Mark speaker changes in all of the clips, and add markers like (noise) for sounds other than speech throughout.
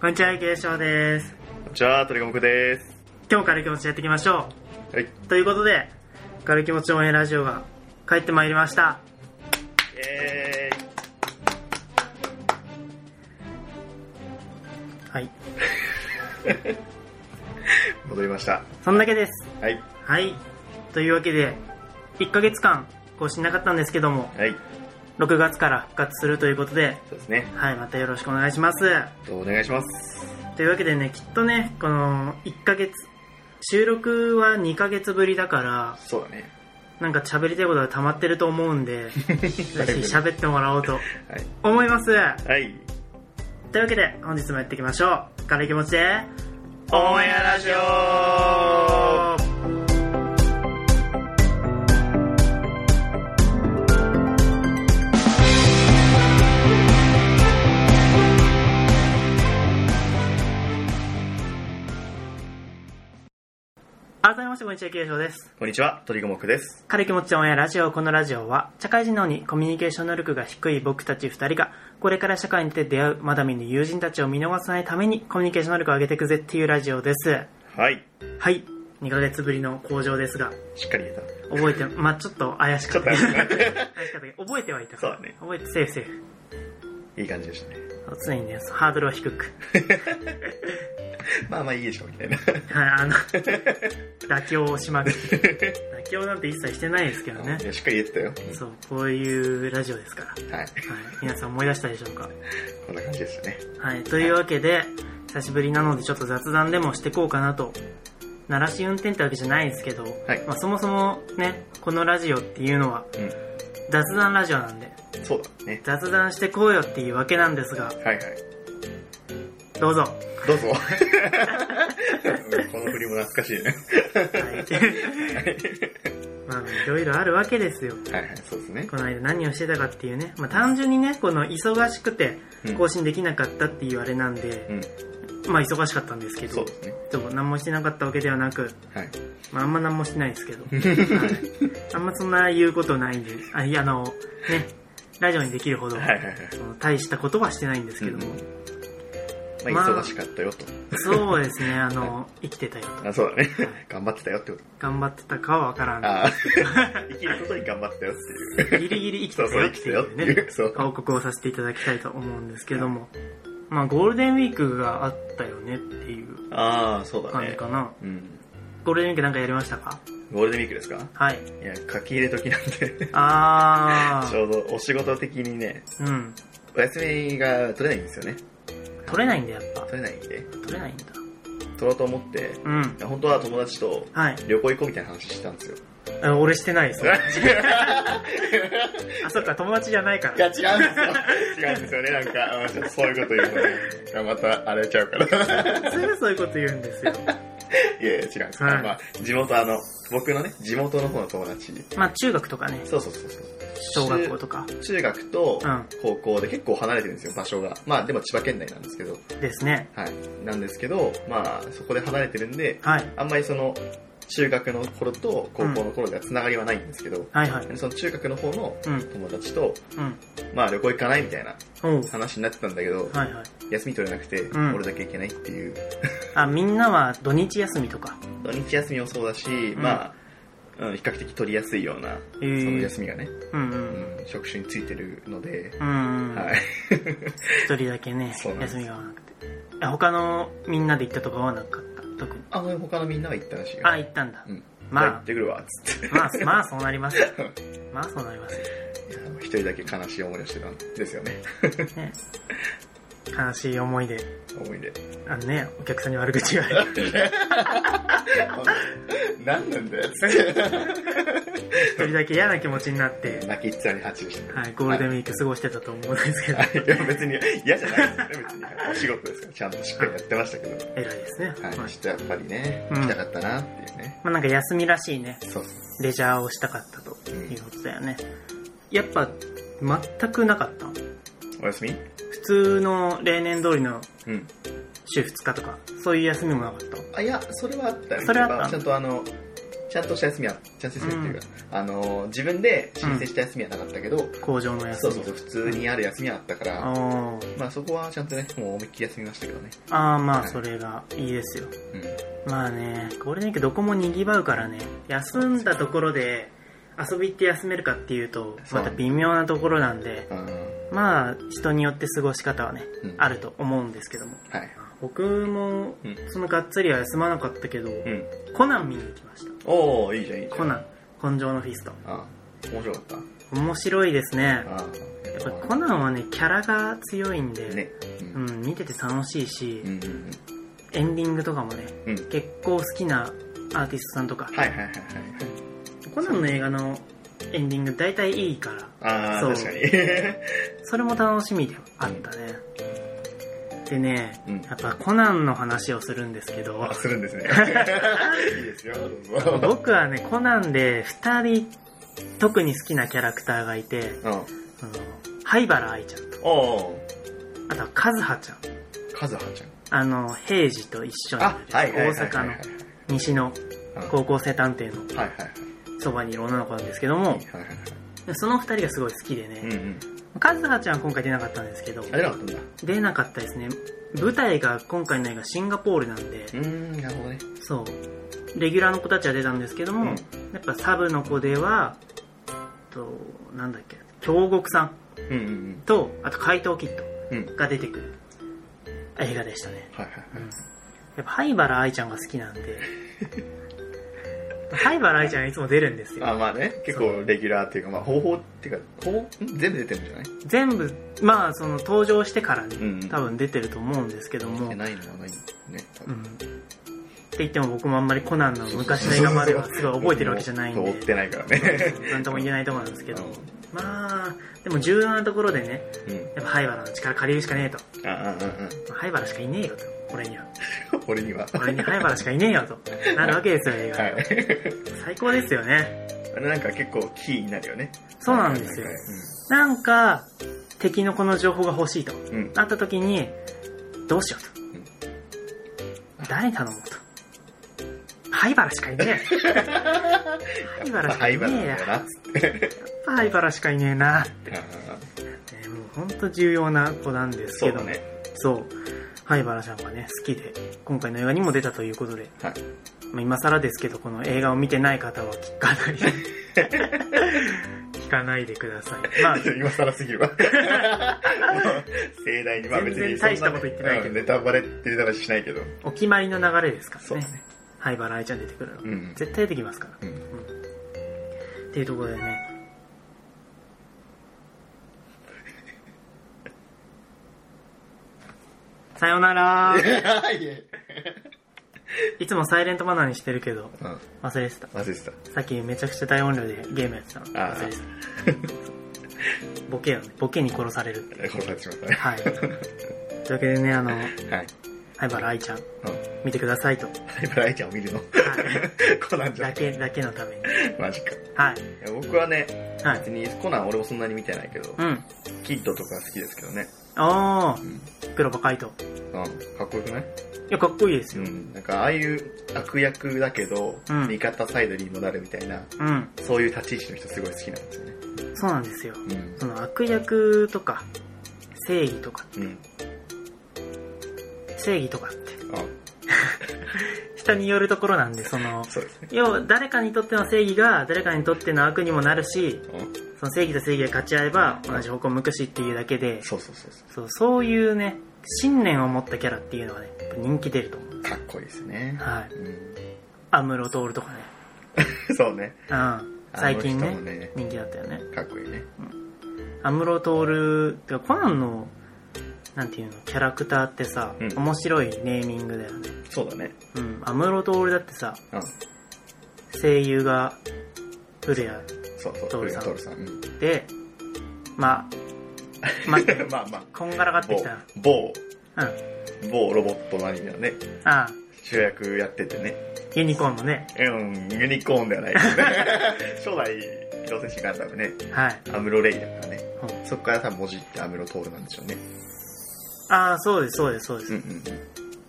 Speaker 1: こんにちは、池田翔です。
Speaker 2: こんにちは、鳥籠です。
Speaker 1: 今日軽い気持ちでやっていきましょ
Speaker 2: はい。イ
Speaker 1: う。ということで、軽い気持ち応援ラジオが帰ってまいりました。
Speaker 2: エ
Speaker 1: はい。
Speaker 2: ーイ戻りました。
Speaker 1: そんだけです。
Speaker 2: はい。
Speaker 1: はい。というわけで、1ヶ月間更新なかったんですけども、
Speaker 2: はい。
Speaker 1: 6月から復活するということで、
Speaker 2: そうですね。
Speaker 1: はい、またよろしくお願いします。
Speaker 2: どうお願いします。
Speaker 1: というわけでね、きっとね、この1ヶ月、収録は2ヶ月ぶりだから、
Speaker 2: そうだね。
Speaker 1: なんか喋りたいことが溜まってると思うん (laughs) で、ぜひ
Speaker 2: (laughs)
Speaker 1: 喋ってもらおうと
Speaker 2: はい。
Speaker 1: 思います。
Speaker 2: はい。
Speaker 1: というわけで本日もやっていきましょう軽い気持ちで
Speaker 2: オンエアラジオ
Speaker 1: 改めましてこんにちは、慶翔です。
Speaker 2: こんにちは、鳥籠です。
Speaker 1: 軽い気持ちオンエアラジオこのラジオは社会人のにコミュニケーション能力が低い僕たち2人がこれから社会に出て出会うまだ見ぬ友人たちを見逃さないためにコミュニケーション能力を上げていくぜっていうラジオです
Speaker 2: はい。
Speaker 1: はい2ヶ月ぶりの向上ですが
Speaker 2: しっかり言え
Speaker 1: 覚えてまあちょっと怪しかった
Speaker 2: ちょっと怪しか
Speaker 1: (laughs) 怪
Speaker 2: っ
Speaker 1: しかったけど覚えてはいた
Speaker 2: そうだね
Speaker 1: 覚えてセーフセーフ
Speaker 2: た。いい感じでしたね。
Speaker 1: 常にねハードルは低く
Speaker 2: (laughs) まあまあいいでしょ、みたいな。
Speaker 1: はいあ
Speaker 2: (laughs)
Speaker 1: の妥協をしまくる妥協なんて一切してないですけどね
Speaker 2: (laughs) いやしっかり言えてたよ。
Speaker 1: そうこういうラジオですから、はい、
Speaker 2: はい。
Speaker 1: 皆さん思い出したでしょうか
Speaker 2: こんな感じでしたね。
Speaker 1: はい、というわけで、久しぶりなのでちょっと雑談でもしてこうかなと。鳴らし運転ってわけじゃないですけど、
Speaker 2: はい
Speaker 1: まあ、そもそもね、このラジオっていうのは
Speaker 2: う
Speaker 1: 雑談ラジオなんで、
Speaker 2: ん。そうだね。
Speaker 1: 雑談してこうよっていうわけなんですが、
Speaker 2: はいはい。
Speaker 1: どうぞ。
Speaker 2: (laughs) どうぞ。うんこの振りも懐かしいね。
Speaker 1: はい。まあ、いろいろあるわけですよ。
Speaker 2: はいはい、そうですね。
Speaker 1: この間何をしてたかっていうね、まあ、単純にね、この忙しくて
Speaker 2: うん
Speaker 1: 更新できなかったっていうあれなんで、
Speaker 2: うん。
Speaker 1: まあ忙しかったんですけ
Speaker 2: そ
Speaker 1: ど
Speaker 2: うで、すね。
Speaker 1: そう何もしてなかったわけではなく、
Speaker 2: はい。
Speaker 1: まあ、あんま何もしてないですけ
Speaker 2: (laughs)
Speaker 1: ど、はいあんまそんな言うことないんで、あいや、あの、ね、ラジオにできるほど、
Speaker 2: はいはいはい。
Speaker 1: その大したことはしてないんですけども、
Speaker 2: うんまあ、忙しかったよと。
Speaker 1: そうですね、あの、生きてたよと、
Speaker 2: あ、そうだね。 (laughs) 頑張ってたよってこと。
Speaker 1: 頑張ってたかはわからん。
Speaker 2: ああ、 (laughs) 生きることに頑張ってたよっていう。
Speaker 1: ギリギリ生き
Speaker 2: そ
Speaker 1: て
Speaker 2: う
Speaker 1: た
Speaker 2: そう、
Speaker 1: よっ
Speaker 2: 生き
Speaker 1: て
Speaker 2: てたよ
Speaker 1: い
Speaker 2: っ
Speaker 1: う
Speaker 2: てい
Speaker 1: ね
Speaker 2: う。、 (laughs) そう。
Speaker 1: 報告をさせていただきたいと思うんですけども、まあ、ゴールデンウィークがあったよねっていう
Speaker 2: ああ、そうだ
Speaker 1: 感じ
Speaker 2: ね。
Speaker 1: かな。
Speaker 2: うん。
Speaker 1: ゴールデンウィークなんかやりましたか
Speaker 2: ゴールデンウィークですか (laughs)
Speaker 1: はい。
Speaker 2: いや、書き入れ時なん (laughs) で、
Speaker 1: あ
Speaker 2: ちょうどお仕事的にね、
Speaker 1: ー、うん。
Speaker 2: お休みが取れないんですよね。
Speaker 1: 取れないんだ、やっぱ。
Speaker 2: 取れないんで、
Speaker 1: 取れないんだ。
Speaker 2: 取ろうと思って、い
Speaker 1: うん。
Speaker 2: や本当は友達と
Speaker 1: はい。
Speaker 2: 旅行行こうみたいな話してたんですよ。
Speaker 1: あ俺してないです (laughs)
Speaker 2: いや、
Speaker 1: あ、そっか、友達じゃないか
Speaker 2: 違
Speaker 1: ら。
Speaker 2: うんですよ。 (laughs) 違うんですよね、なんか、うんちょっとそういうこと言うのでいや、また荒れちゃうから。 (laughs)
Speaker 1: すぐそういうこと言うんですよ。
Speaker 2: いやいや、違うんですよ。
Speaker 1: はい
Speaker 2: まあ、地元、あの、僕のね、地元の方の友達。
Speaker 1: まあ、中学とかね、
Speaker 2: そうそうそうそう。
Speaker 1: 小学校とか
Speaker 2: 中学と
Speaker 1: うん
Speaker 2: 高校で結構離れてるんですよ、場所が。まあでも千葉県内なんですけど、
Speaker 1: ですね。
Speaker 2: はい。なんですけど、まあそこで離れてるんで、
Speaker 1: はい。
Speaker 2: あんまりその中学の頃と高校の頃ではつながりはないんですけど、
Speaker 1: はいはい。
Speaker 2: その中学の方の
Speaker 1: うん。
Speaker 2: 友達と、
Speaker 1: うん。
Speaker 2: まあ旅行行かないみたいな
Speaker 1: おう。
Speaker 2: 話になってたんだけど、
Speaker 1: はいはい。
Speaker 2: 休み取れなくて、
Speaker 1: うん
Speaker 2: 俺だけ行けないっていう、
Speaker 1: あ、みんなは土日休みとか。
Speaker 2: 土日休みもそうだし、まあ、うん、比較的取りやすいような、
Speaker 1: え
Speaker 2: その
Speaker 1: ー。
Speaker 2: 休みがね、
Speaker 1: うんう。
Speaker 2: うんん、職種についてるので、
Speaker 1: うんうん。
Speaker 2: はい。
Speaker 1: 一人だけね
Speaker 2: そう、なんです
Speaker 1: 休みが合わなくて。え他のみんなで行ったとかはなかった。特に。
Speaker 2: あ、他のみんなは行ったらしいよ。
Speaker 1: あ、行ったんだ
Speaker 2: う。ん。
Speaker 1: まあ
Speaker 2: 行ってくるわ、つって。
Speaker 1: まあ、まあ、そうなります。 (laughs) まあ、そうなりますよ
Speaker 2: いや一人だけ悲しい思いをしてたんですよね。
Speaker 1: ね。悲しい思いで、
Speaker 2: 思い出。
Speaker 1: あのね、お客さんに悪口言われて
Speaker 2: 何なんだよ、つって。
Speaker 1: 一人だけ嫌な気持ちになって、
Speaker 2: 泣きっ面に発注して
Speaker 1: はい、ゴールデンウ
Speaker 2: ン
Speaker 1: ィーク過ごしてたと思うんですけど、
Speaker 2: いや、別に嫌じゃないですよね、別に。お仕事ですから、ちゃんとしっかりやってましたけど。
Speaker 1: 偉いですね。
Speaker 2: はい。
Speaker 1: まあ
Speaker 2: ちょっとやっぱりね、
Speaker 1: うん
Speaker 2: 行きたかったなっていうね。
Speaker 1: まあなんか休みらしいね、
Speaker 2: そう
Speaker 1: レジャーをしたかったと
Speaker 2: うん
Speaker 1: いうことだよね。やっぱ、全くなかった
Speaker 2: お休み
Speaker 1: 普通の例年通りの
Speaker 2: うん。
Speaker 1: 週2日とか、そういう休みもなかった
Speaker 2: あ、いや、それはあったよ。
Speaker 1: それはあった
Speaker 2: ちゃんとあの、ちゃんとした休みは、ちゃんとした休みっていうか、あの、自分で申請した休みはなかったけど、
Speaker 1: 工場の休
Speaker 2: そう
Speaker 1: み
Speaker 2: そうそう、普通にある休みはあったから、
Speaker 1: あー
Speaker 2: まあそこはちゃんとね、もう思いっきり休みましたけどね。
Speaker 1: あーまあそれがいいですよ
Speaker 2: うん。
Speaker 1: まあねゴールデンウィークどこもにぎわうからね休んだところで遊び行って休めるかっていうと
Speaker 2: そう
Speaker 1: また微妙なところなんで
Speaker 2: うん
Speaker 1: まあ人によって過ごし方はね、
Speaker 2: うん
Speaker 1: あると思うんですけども
Speaker 2: はい。
Speaker 1: 僕も
Speaker 2: うん
Speaker 1: そのがっつりは休まなかったけど、
Speaker 2: うん。
Speaker 1: コナン見に行きました
Speaker 2: おー、いいじゃん、いいじゃん。
Speaker 1: コナン根性のフィスト
Speaker 2: ああ面白かった。
Speaker 1: 面白いですね
Speaker 2: あ
Speaker 1: やっぱコナンはねキャラが強いんで、
Speaker 2: ンね。う。
Speaker 1: うんん、見てて楽しいし、
Speaker 2: うん。うん
Speaker 1: エンディングとかもね
Speaker 2: うん。
Speaker 1: 結構好きなアーティストさんとか、
Speaker 2: はいはいはいはい。
Speaker 1: コナンの映画のエンディング大体いいから
Speaker 2: ああ、
Speaker 1: そう
Speaker 2: 確かに。
Speaker 1: (laughs) それも楽しみではあったね、でね、
Speaker 2: うん
Speaker 1: やっぱコナンの話をするんですけど
Speaker 2: あ、するんで
Speaker 1: (laughs)
Speaker 2: すね。いいですよ、どうぞ。
Speaker 1: 僕はねコナンで2人特に好きなキャラクターがいて
Speaker 2: うん。
Speaker 1: その灰原愛ちゃんと
Speaker 2: おお
Speaker 1: あとは和葉ちゃん
Speaker 2: カズハちゃん。
Speaker 1: あの平治と一緒にいる大阪の西の
Speaker 2: うん
Speaker 1: 高校生探偵の
Speaker 2: はいはい
Speaker 1: そばにいる女の子なんですけども
Speaker 2: はい。はいはい
Speaker 1: その二人がすごい好きで
Speaker 2: う
Speaker 1: ね、
Speaker 2: んうん。
Speaker 1: カズハちゃんは今回出なかったんですけど
Speaker 2: あ、出なかったんだ。
Speaker 1: 出なかったですね。舞台が今回の映画シンガポールなんで
Speaker 2: う、ーん、なるほどね。
Speaker 1: そう。レギュラーの子たちは出たんですけど
Speaker 2: う
Speaker 1: も、
Speaker 2: ん
Speaker 1: やっぱサブの子では、えっと、なんだっけ、京極さん
Speaker 2: うんうん
Speaker 1: と、あと怪盗キッド
Speaker 2: うん。うん。
Speaker 1: が出てくる映画でしたね。
Speaker 2: はいはい
Speaker 1: うんやっぱ灰原愛ちゃんが好きなんで、 (laughs) 灰原愛ちゃんはいつも出るんですよ
Speaker 2: はい。。あまあね、結構レギュラーっていうか、まあ方法っていうか、方ん全部出てるんじゃない
Speaker 1: 全部、まあその登場してからね、
Speaker 2: うんうん
Speaker 1: 多分出てると思うんですけども、
Speaker 2: えないのはないね。多
Speaker 1: う
Speaker 2: 分
Speaker 1: ん。って言っても僕もあんまりコナン
Speaker 2: (laughs)
Speaker 1: の昔の映画まではすごい覚えてるわけじゃないん
Speaker 2: そう追っ
Speaker 1: で、
Speaker 2: てないからね。
Speaker 1: なんとも言えないところなんですけど
Speaker 2: うん、
Speaker 1: まあ、でも重要なところでね、
Speaker 2: うん。
Speaker 1: やっぱ灰原の力借りるしかねえと。
Speaker 2: ああ、ああ、あ
Speaker 1: 灰原しかいねえよと。俺には。
Speaker 2: あ。 (laughs) 俺には。
Speaker 1: 俺に灰原しかいねえよと。なるわけですよ、映
Speaker 2: は
Speaker 1: 画。
Speaker 2: い。
Speaker 1: 最高ですよね。
Speaker 2: あれなんか結構キーになるよね。
Speaker 1: そうなんですよ
Speaker 2: はいはい
Speaker 1: なんか、敵のこの情報が欲しいと。
Speaker 2: はいうん。
Speaker 1: なった時に、どうしようと。誰に頼もうと。灰原しかいねえ。灰
Speaker 2: やっ
Speaker 1: 原
Speaker 2: ぱ
Speaker 1: しか
Speaker 2: 灰
Speaker 1: い
Speaker 2: 原
Speaker 1: ねえ
Speaker 2: な
Speaker 1: や
Speaker 2: ん。だな。
Speaker 1: 灰原しかいねえな。
Speaker 2: ああ
Speaker 1: ねもう本当重要な子なんです
Speaker 2: そ
Speaker 1: け
Speaker 2: う
Speaker 1: ど
Speaker 2: だね。
Speaker 1: そう灰原さんがね好きで今回の映画にも出たということで、
Speaker 2: はい。 (laughs)
Speaker 1: まあ、今更ですけどこの映画を見てない方は聞かない聞かないでくださいまあ
Speaker 2: 今更すぎ
Speaker 1: (laughs)
Speaker 2: るわ。盛大に、まあ別に
Speaker 1: 全然大したこと言ってないけど
Speaker 2: うんネタバレってネタバレしないけど。
Speaker 1: お決まりの流れですか
Speaker 2: そ
Speaker 1: ら
Speaker 2: う
Speaker 1: ね
Speaker 2: だね。
Speaker 1: 灰原愛ちゃん出てくるの、
Speaker 2: うん。
Speaker 1: 絶対出てきますから (laughs)
Speaker 2: うん
Speaker 1: っていうところでねさよな
Speaker 2: (laughs)
Speaker 1: ら
Speaker 2: いやいえ。
Speaker 1: いつもサイレントマナーにしてるけど
Speaker 2: うん。
Speaker 1: 忘れてた
Speaker 2: 忘れて
Speaker 1: さっきめちゃくちゃ大音量でゲームやってたの。
Speaker 2: あー
Speaker 1: 忘れてたボケよね。ボケに殺される。
Speaker 2: た。殺されてしまったね。 (laughs)
Speaker 1: はい。というわけでね、あの、
Speaker 2: はい。
Speaker 1: 灰原愛ちゃん、
Speaker 2: うん。
Speaker 1: 見てください
Speaker 2: (laughs)
Speaker 1: と。は
Speaker 2: 灰原愛ちゃんを見るの。 (laughs)
Speaker 1: い。
Speaker 2: コナンじゃ
Speaker 1: だ
Speaker 2: ん。
Speaker 1: け、だけのために。
Speaker 2: マジか。い
Speaker 1: はい。
Speaker 2: や僕はね、
Speaker 1: はい。
Speaker 2: 別にコナン俺もそんなに見てないけど
Speaker 1: う、ん。
Speaker 2: キッドとか好きですけどね。
Speaker 1: お
Speaker 2: う
Speaker 1: ー、
Speaker 2: ん。
Speaker 1: 黒羽海斗。
Speaker 2: うんかっこよくない
Speaker 1: いや、かっこいいです
Speaker 2: う
Speaker 1: よ。
Speaker 2: ん。なんかああいう悪役だけど、
Speaker 1: うん
Speaker 2: 味方サイドにもなるみたいな、
Speaker 1: うん。
Speaker 2: そういう立ち位置の人すごい好きなんですよね。
Speaker 1: そうなんですよ。
Speaker 2: うん。
Speaker 1: その悪役とか、正義とか、
Speaker 2: うん。
Speaker 1: 正義とかって、
Speaker 2: あ、
Speaker 1: 人によるところなんで、その、
Speaker 2: そうですね。
Speaker 1: 要は誰かにとっての正義が誰かにとっての悪にもなるし、
Speaker 2: うん。
Speaker 1: その正義と正義が勝ち合えば同じ方向を向くしっていうだけで、
Speaker 2: そうそうそうそ
Speaker 1: そうそういうね、信念を持ったキャラっていうのはね、やっぱ人気出ると思う。
Speaker 2: う。かっこいいですね。
Speaker 1: はい。
Speaker 2: う
Speaker 1: アムロトールとかね。
Speaker 2: ん。 (laughs) そうね。
Speaker 1: うん。最近
Speaker 2: あの
Speaker 1: ね
Speaker 2: 人も、ね
Speaker 1: 人気だったよね。
Speaker 2: かっこいいね。
Speaker 1: アムロトール、てかコナンの、なんていうの、キャラクターってさ、
Speaker 2: うん
Speaker 1: 面白いネーミングだよね。
Speaker 2: そうだね。
Speaker 1: うん。アムロトールだってさ、
Speaker 2: うん。
Speaker 1: 声優が古谷
Speaker 2: そうそう。
Speaker 1: トールさん
Speaker 2: トールさん。うん
Speaker 1: で、まあ、ま
Speaker 2: (laughs) まあまあ。
Speaker 1: こんがらがってき
Speaker 2: 某
Speaker 1: た。、
Speaker 2: 某、
Speaker 1: うん。
Speaker 2: 某ロボットのアニメのね、
Speaker 1: ああ、
Speaker 2: 主役やっててね。
Speaker 1: ユニコーンのね、
Speaker 2: うん、ユニコーンではない
Speaker 1: (laughs)
Speaker 2: けどね。初代、機動戦士ガンダムね、
Speaker 1: はい。
Speaker 2: アムロレイだからね。
Speaker 1: うん
Speaker 2: そこから多分文字ってアムロトールなんでしょうね。
Speaker 1: ああ、そうです、そうです、そうです。
Speaker 2: うんうん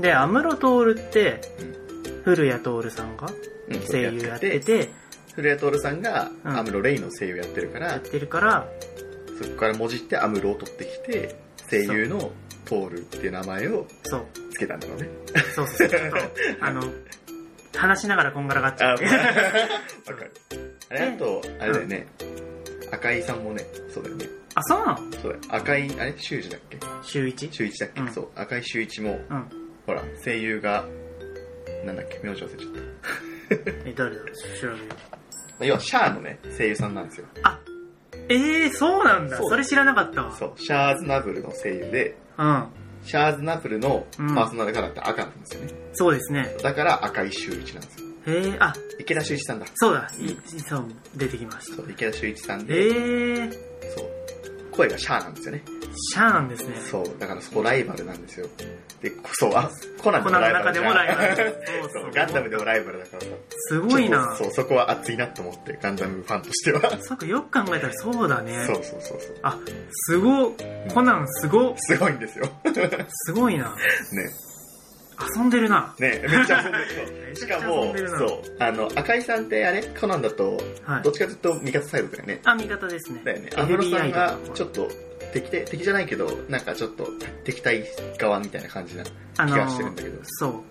Speaker 1: で、安室徹って
Speaker 2: う、
Speaker 1: 古谷徹さんが
Speaker 2: うん
Speaker 1: 声優やってて、
Speaker 2: 古谷徹さんが
Speaker 1: うん
Speaker 2: アムロレイの声優やってるか
Speaker 1: や
Speaker 2: ら
Speaker 1: っ、てるから、
Speaker 2: そこからもじってアムロを取ってきて声優のトールっていう名前を
Speaker 1: そう、
Speaker 2: つけたんだろうね
Speaker 1: そうそう、ちょっと、あの、話しながらこんがらがっち
Speaker 2: あ
Speaker 1: ゃ
Speaker 2: (laughs) わ
Speaker 1: っ
Speaker 2: か
Speaker 1: て
Speaker 2: る。あれあとあれだよね、赤井さんもねそうだよね
Speaker 1: あ、そうなの
Speaker 2: そうだよ赤井あれ修二だっけ
Speaker 1: 週一
Speaker 2: 修一だっけ、
Speaker 1: うん
Speaker 2: そう赤井修一も
Speaker 1: うん。
Speaker 2: ほら声優がなんだっけ名字忘れちゃっ
Speaker 1: え、誰だ調べよう。
Speaker 2: た要はシャアのね声優さんなんですよ
Speaker 1: あ、ええそうなんだ。
Speaker 2: そう
Speaker 1: それ知らなかったわ。
Speaker 2: そうシャアーズナブルの声優で
Speaker 1: うん。
Speaker 2: シャアーズナブルのパーソナルカラーって赤なんですよね、
Speaker 1: そうですね。
Speaker 2: だから赤井秀一なんですよ
Speaker 1: ええあ、
Speaker 2: 池田秀一さんだ
Speaker 1: そうだ。い
Speaker 2: うん
Speaker 1: そう、出てきました。
Speaker 2: そう池田秀一さんで、
Speaker 1: ええ
Speaker 2: そう声がシャアなんですよね
Speaker 1: シャアなんですね。
Speaker 2: そうだからそこライバルなんですよでこそうあコナン
Speaker 1: コ
Speaker 2: で
Speaker 1: ナ
Speaker 2: も
Speaker 1: ンの
Speaker 2: ライバ
Speaker 1: 中
Speaker 2: ル
Speaker 1: で
Speaker 2: じ
Speaker 1: も
Speaker 2: ゃ
Speaker 1: ライバル。そう
Speaker 2: んそ
Speaker 1: そうう。
Speaker 2: ガンダムでもライバルだからさ
Speaker 1: すごいな
Speaker 2: ちょっとそうそこは熱いなと思ってガンダムファンとしては、
Speaker 1: そっか、よく考えたらそうだね。
Speaker 2: そうそうそうそう
Speaker 1: あ、すご、コナンすご、
Speaker 2: すごいんですよね
Speaker 1: すごいな。遊んでるな。
Speaker 2: ねめっちゃ遊ん
Speaker 1: (laughs)
Speaker 2: でるそう
Speaker 1: めち
Speaker 2: し
Speaker 1: ゃ
Speaker 2: か
Speaker 1: くちゃ遊ん
Speaker 2: も
Speaker 1: でるな
Speaker 2: そうあの赤井さんってあれコナンだと
Speaker 1: はい
Speaker 2: どっ。ちかというと味方サイドだよね
Speaker 1: あ、味方ですね。
Speaker 2: だよね安室さん
Speaker 1: FBI
Speaker 2: が
Speaker 1: とか
Speaker 2: ちょっと敵で敵じゃないけどなんかちょっと敵対側みたいな感じな気
Speaker 1: あの
Speaker 2: がしてるんだけど、
Speaker 1: そう。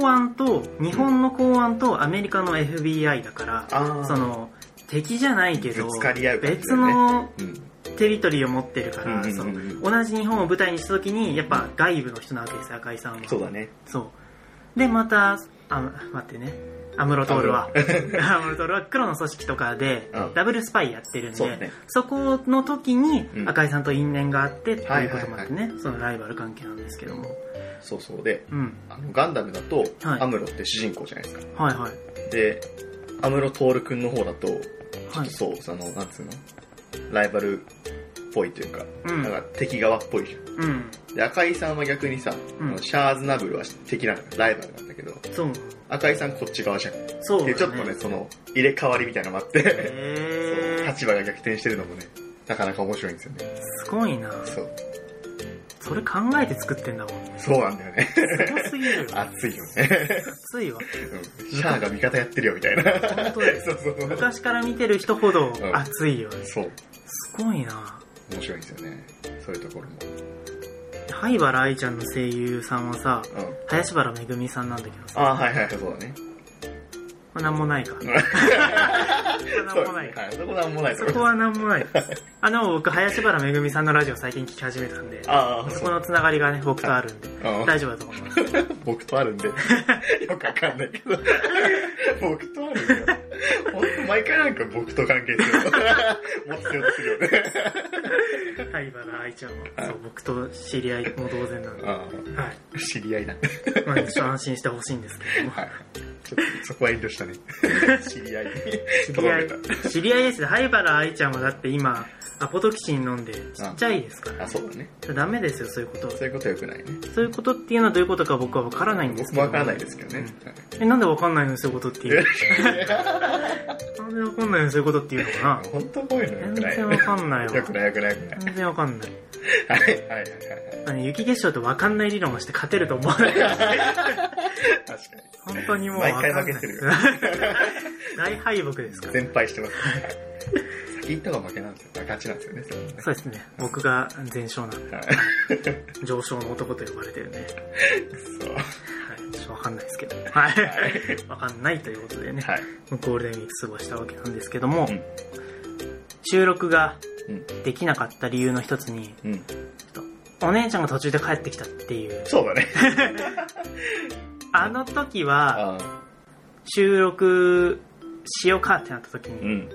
Speaker 1: 公安と、日本の公安とアメリカの FBI だから、
Speaker 2: ああ
Speaker 1: その、敵じゃないけど
Speaker 2: ぶつかり合う、感じだ
Speaker 1: 別
Speaker 2: よね
Speaker 1: の
Speaker 2: うん
Speaker 1: テリトリーを持ってるから、
Speaker 2: うんうんうんうん
Speaker 1: その同じ日本を舞台にした時に、やっぱ外部の人なわけですよ、赤井さんは。
Speaker 2: そうだね
Speaker 1: そう。で、また、あ、待ってね。アムロトールは。 (laughs) アムロトールは黒の組織とかで
Speaker 2: うん、
Speaker 1: ダブルスパイやってるん
Speaker 2: そう
Speaker 1: で、
Speaker 2: ね
Speaker 1: そこの時に
Speaker 2: うん
Speaker 1: 赤井さんと因縁があってって
Speaker 2: はいいうはい
Speaker 1: こ
Speaker 2: はい
Speaker 1: ともあってね、そのライバル関係なんですけども。
Speaker 2: そうそうで
Speaker 1: うん。
Speaker 2: あのガンダムだと、
Speaker 1: はい
Speaker 2: アムロって主人公じゃないですか
Speaker 1: はいはい。
Speaker 2: でアムロトールくんの方だと
Speaker 1: はい。
Speaker 2: そうそのなんつうのライバルっぽいというか、
Speaker 1: うん
Speaker 2: なんか敵側っぽいじゃん
Speaker 1: うん。
Speaker 2: で赤井さんは逆にさ、
Speaker 1: うん
Speaker 2: あのシャアーズナブルは敵なのよライバルなんだけど
Speaker 1: そう。
Speaker 2: 赤井さんこっち側じゃん、
Speaker 1: そうだ、ね。
Speaker 2: でちょっとねその入れ替わりみたいなのもあって、
Speaker 1: へー
Speaker 2: 立場が逆転してるのもねなかなか面白いんですよね
Speaker 1: すごいな。
Speaker 2: そう
Speaker 1: それ考えて作ってんだもんね。
Speaker 2: そうなんだよね
Speaker 1: (laughs) すごすぎ
Speaker 2: (laughs)
Speaker 1: るよ。
Speaker 2: 熱いよね、
Speaker 1: 熱いわ。
Speaker 2: うん、シャアが味方やってるよみたいな
Speaker 1: 本当です。
Speaker 2: (laughs) そうそうそう
Speaker 1: 昔から見てる人ほど
Speaker 2: ん
Speaker 1: 熱いよね。
Speaker 2: そう
Speaker 1: すごいな。
Speaker 2: 面白いんですよねそういうところも
Speaker 1: 灰原愛ちゃんの声優さんはさ、
Speaker 2: うん
Speaker 1: 林原めぐみさんなんだけどさ、
Speaker 2: ああはいはいはいそうだね
Speaker 1: まあ、なんも
Speaker 2: (laughs)
Speaker 1: ないか。そこはなんもないか。
Speaker 2: はい、そこなんもないと
Speaker 1: そ
Speaker 2: 思
Speaker 1: こ
Speaker 2: います
Speaker 1: はなんもない。あ、でも僕、林原めぐみさんのラジオ最近聞き始めたんで、
Speaker 2: ああ
Speaker 1: そ
Speaker 2: そ
Speaker 1: こ
Speaker 2: う
Speaker 1: のつながりがね、僕とあるんで、
Speaker 2: うん
Speaker 1: 大丈夫だと思います。
Speaker 2: 僕とあ (laughs) るんでよくわかんないけど僕とあるんだよほんと毎回なんか僕と関係するの持ってようとするよね
Speaker 1: 灰原愛ちゃんは、そう、僕と知り合いも同然なんで、は
Speaker 2: ああ知り合いだ
Speaker 1: い。まあ、一応安心してほしいんですけども。
Speaker 2: はいちょっとそこは遠慮した (laughs) ね知り合い
Speaker 1: 知
Speaker 2: (laughs) と
Speaker 1: り
Speaker 2: ど
Speaker 1: 合
Speaker 2: め
Speaker 1: い
Speaker 2: た、
Speaker 1: 知り合いですね。灰原愛ちゃんはだって今、アポトキシン飲んで、ちっちゃいですから、
Speaker 2: あそうだね
Speaker 1: ダメですよ、そういうことは。
Speaker 2: そういうことはよくないね
Speaker 1: そういうことっていうのはどういうことか僕は分からないんです
Speaker 2: 僕
Speaker 1: け
Speaker 2: も
Speaker 1: ど。
Speaker 2: わからないですけどね、
Speaker 1: うん。え、なんで分かんないのそういうことっていう。なんで分かんないのそういうことっていうのか
Speaker 2: 本当こういう (laughs) のよ
Speaker 1: な。
Speaker 2: くな
Speaker 1: 全
Speaker 2: い
Speaker 1: 然分かんないわ。
Speaker 2: よくないよくないよくない
Speaker 1: 全然分かんない。
Speaker 2: はいはいはいはい
Speaker 1: あの雪結晶と分かんない理論をして勝てると思わない。
Speaker 2: 確かに
Speaker 1: 本当にもう分かんない。
Speaker 2: 毎回負けてるよ
Speaker 1: 大敗北ですから。
Speaker 2: 全敗してます先行った方が負けなんですよ勝ちなんですよねそれもね
Speaker 1: そうですね。僕が全勝な、
Speaker 2: はい
Speaker 1: 上昇の男と呼ばれてるね。
Speaker 2: そう
Speaker 1: はい。ちょっと分かんないですけど。はい。分かんないということでね。
Speaker 2: はい
Speaker 1: ゴールデンウィーク過ごしたわけなんですけども、
Speaker 2: うん
Speaker 1: 収録が
Speaker 2: うん
Speaker 1: できなかった理由の一つに、
Speaker 2: うん
Speaker 1: ちょっとお姉ちゃんが途中で帰ってきたっていう。
Speaker 2: そうだね
Speaker 1: あの時は、
Speaker 2: あ
Speaker 1: 収録しようかってなった時
Speaker 2: う
Speaker 1: に、
Speaker 2: ん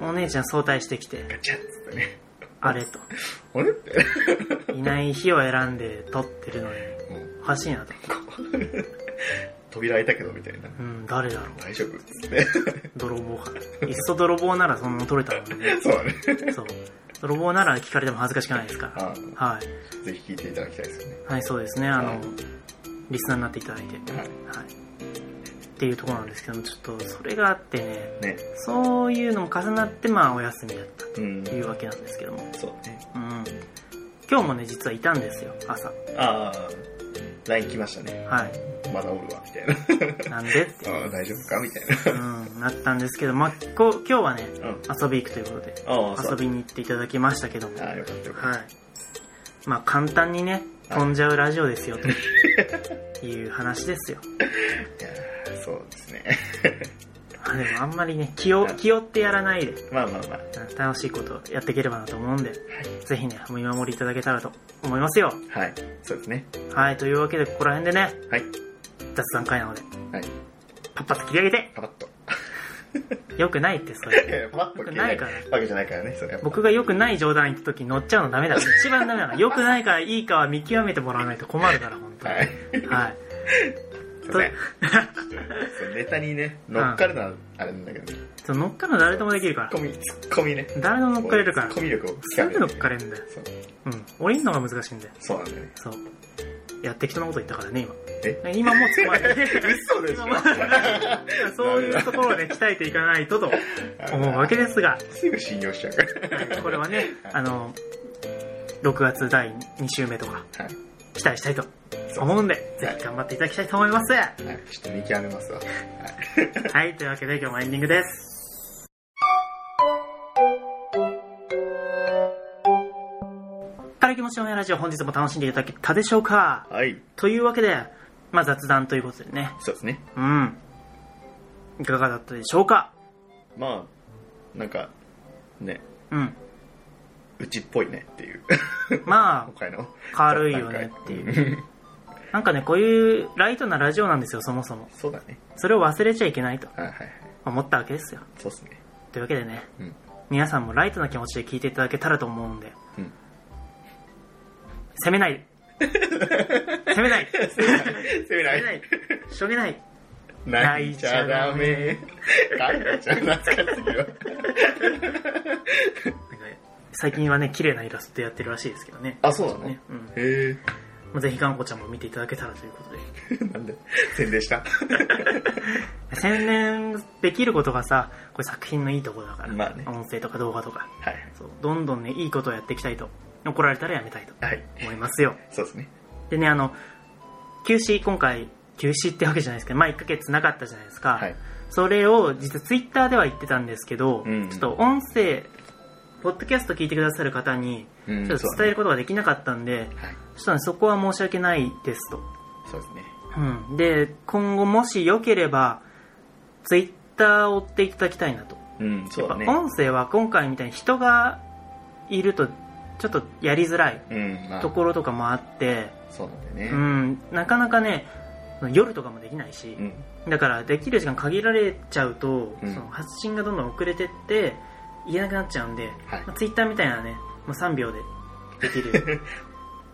Speaker 1: お姉ちゃん早退してきて、
Speaker 2: ガチャッつってね
Speaker 1: あれと。
Speaker 2: あれって
Speaker 1: いない日を選んで撮ってるのに、
Speaker 2: もう
Speaker 1: おかしいなと。
Speaker 2: 扉開いたけどみたいな
Speaker 1: うん、誰だろう。
Speaker 2: 大丈夫っつって (laughs)
Speaker 1: 泥棒か。いっそ泥棒ならそのまま撮れたのにね。
Speaker 2: そうだね
Speaker 1: そう。泥棒なら聞かれても恥ずかしくないですから。
Speaker 2: あ
Speaker 1: はい。
Speaker 2: ぜひ聞いていただきたいですよね
Speaker 1: はい、そうですね。あの、
Speaker 2: はい
Speaker 1: リスナーになっていただいて。
Speaker 2: はい
Speaker 1: はい。っていうところなんですけども、ちょっとそれがあってね、
Speaker 2: ね
Speaker 1: そういうのも重なって、まあ、お休みだった
Speaker 2: うん
Speaker 1: というわけなんですけども。
Speaker 2: そうね
Speaker 1: うん。今日もね、実はいたんですよ、朝。
Speaker 2: ああ LINE 来ましたね。
Speaker 1: はい。
Speaker 2: まだおるわ、み
Speaker 1: (laughs)
Speaker 2: たいな。
Speaker 1: なんで、
Speaker 2: ああ、大丈夫かみたいな。
Speaker 1: うん、なったんですけど、まあ、こう今日はね、
Speaker 2: うん。
Speaker 1: 遊び行くということで、
Speaker 2: ああ、そ
Speaker 1: 遊
Speaker 2: う。
Speaker 1: びに行っていただきましたけども、
Speaker 2: ああ、よかったよかっ
Speaker 1: はい。まあ、簡単にね、
Speaker 2: はい
Speaker 1: 飛んじゃうラジオですよ、 (laughs) という話ですよ。
Speaker 2: た。いやーそうですね。 (laughs)
Speaker 1: まあでもあんまりね、気を、気負ってやらないで、
Speaker 2: まあまあまあ。は
Speaker 1: うん楽しいことをやっていければなと思うんで、ぜひね、お見守りいただけたらと思いますよ。
Speaker 2: い。はい。そうですね。
Speaker 1: はい、というわけで、ここら辺でね、
Speaker 2: はい。
Speaker 1: 雑談会なので、
Speaker 2: はい。
Speaker 1: パッパッと切り上げて、
Speaker 2: パパッと。
Speaker 1: よくないって、それ。
Speaker 2: いやいやパパッと切れ
Speaker 1: ないから
Speaker 2: わけじゃないからね、それ。
Speaker 1: 僕が良くない冗談言った時に乗っちゃうのダメだ。一番ダメだから。良くないからいいかは見極めてもらわないと困るから、本当に。
Speaker 2: はい。
Speaker 1: はい。
Speaker 2: すいま
Speaker 1: (laughs)
Speaker 2: せん。そうネタにね、乗っかるのはあれなんだけど、ね、
Speaker 1: そう乗っかるの誰でもできるから
Speaker 2: ツ。ッコミ、ツッコミね。
Speaker 1: 誰でも乗っかれるから
Speaker 2: ツッ。コミ力を
Speaker 1: すぐ乗っか
Speaker 2: る。
Speaker 1: れるんだよ。
Speaker 2: そう
Speaker 1: うん。降りるのが難しいんだよ。
Speaker 2: そうなんだよね。
Speaker 1: そう。やってきたなこと言ったからね、
Speaker 2: え
Speaker 1: 今。今もう突っ込まれて。
Speaker 2: (laughs) 嘘でし
Speaker 1: 今
Speaker 2: ょ
Speaker 1: もそう (laughs) いうところをね、鍛えていかないとと思うわけですが、
Speaker 2: すぐ信用しちゃうから。
Speaker 1: これはね、あの、6月第2週目とか、
Speaker 2: はい。
Speaker 1: 期待したいと思うんで、ぜひ頑張っていただきたいと思います。
Speaker 2: はい、ちょっと見極めますわ。はい。
Speaker 1: はい、というわけで今日もエンディングです。軽い気持ちの親ラジオ本日も楽しんでいただけたでしょうか
Speaker 2: はい。
Speaker 1: というわけで、まあ雑談ということでね、
Speaker 2: そうですね。
Speaker 1: うん。いかがだったでしょうか
Speaker 2: まあ、なんか、ね、
Speaker 1: うん。
Speaker 2: うちっぽいねって
Speaker 1: (laughs)
Speaker 2: いう。
Speaker 1: ま
Speaker 2: 今回の。
Speaker 1: あ、軽いよねっていう。
Speaker 2: う。
Speaker 1: なんかね、こういうライトなラジオなんですよ、そもそも。
Speaker 2: そうだね。
Speaker 1: それを忘れちゃいけないと
Speaker 2: はいはいはい。
Speaker 1: 思ったわけですよ。
Speaker 2: そうですね。
Speaker 1: というわけでね、
Speaker 2: うん
Speaker 1: 皆さんもライトな気持ちで聞いていただけたらと思うんで、
Speaker 2: うん
Speaker 1: 責め (laughs) ないで責めない責
Speaker 2: 攻めな。
Speaker 1: めないいしょげない
Speaker 2: 泣いちゃダメ。考えちゃう。懐かしいよ。
Speaker 1: なんか最近はね綺麗なイラストでやってるらしいですけどね
Speaker 2: あ、そうなの
Speaker 1: ね、うん
Speaker 2: へ
Speaker 1: まあ、ぜひかんこちゃんも見ていただけたらということで
Speaker 2: え。 (laughs) なんで、宣伝した。
Speaker 1: 宣伝できることがさこれ作品のいいところだから、
Speaker 2: まあね
Speaker 1: 音声とか動画とか
Speaker 2: はい。
Speaker 1: そうどんどんねいいことをやっていきたいと怒られたらやめたいと
Speaker 2: はい。
Speaker 1: 思いますよ
Speaker 2: そうですね。
Speaker 1: でね、あの、休止、今回、休止ってわけじゃないですけど、まあ1ヶ月なかったじゃないですか。
Speaker 2: はい。
Speaker 1: それを、実はツイッターでは言ってたんですけど、
Speaker 2: うん
Speaker 1: ちょっと音声、ポッドキャスト聞いてくださる方に、
Speaker 2: う
Speaker 1: ち
Speaker 2: ん
Speaker 1: ょっと伝えることができなかったんで、
Speaker 2: そうだねはい。
Speaker 1: ちょっとね、そこは申し訳ないですと。
Speaker 2: そうですね。
Speaker 1: うん。で、今後もしよければ、ツイッターを追っていただきたいなと。
Speaker 2: うん、そうだね。
Speaker 1: やっぱ音声は今回みたいに人がいると、ちょっとやりづらい
Speaker 2: うん、まあ
Speaker 1: と、ころとかもあって、
Speaker 2: そうなんだよね。
Speaker 1: うん、なかなかね夜とかもできないし
Speaker 2: う、ん。
Speaker 1: だからできる時間限られちゃうと、
Speaker 2: うん
Speaker 1: その発信がどんどん遅れてって言えなくなっちゃうんで、
Speaker 2: はい
Speaker 1: まあ、ツイッターみたいなね、まあ、3秒でできる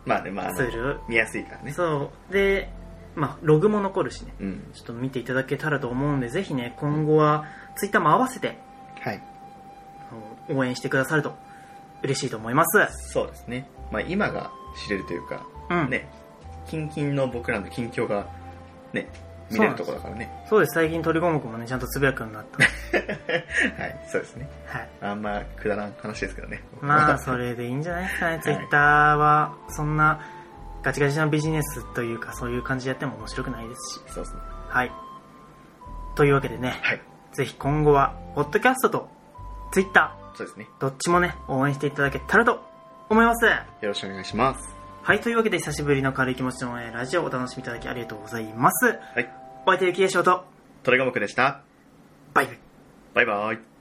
Speaker 2: まあね、ま (laughs) ああ
Speaker 1: ツー
Speaker 2: の、
Speaker 1: ル
Speaker 2: 見やすいからね。
Speaker 1: そうで、まあ、ログも残るしね
Speaker 2: うん。
Speaker 1: ちょっと見ていただけたらと思うんでぜひね今後はツイッターも合わせて
Speaker 2: はい。
Speaker 1: あの応援してくださると嬉しいと思います、
Speaker 2: そうですね。まあ今が知れるというか、
Speaker 1: うん
Speaker 2: ね、近々の僕らの近況が、ね、見れるところだからね。
Speaker 1: そうです最近鳥五目もねちゃんとつぶやくようになった、
Speaker 2: はい、そうですね。
Speaker 1: (laughs) はい
Speaker 2: あんまくだらん話ですけどね。
Speaker 1: まあそれでいいんじゃない (laughs) ですかね、ツイッターはそんなガチガチのビジネスというかそういう感じでやっても面白くないですし
Speaker 2: (laughs) そうですね。
Speaker 1: はいというわけでね
Speaker 2: はい、
Speaker 1: ぜひ今後はポッドキャストとツイッタ
Speaker 2: そうですね。
Speaker 1: ーどっちもね応援していただけたらと思います
Speaker 2: よろしくお願いします。
Speaker 1: はいというわけで久しぶりの軽い気持ちの応援ラジオをお楽しみいただきありがとうございます
Speaker 2: はい、
Speaker 1: お相手ゆきでしょうと
Speaker 2: トレガモクでした。
Speaker 1: バイバイ
Speaker 2: バイバイ。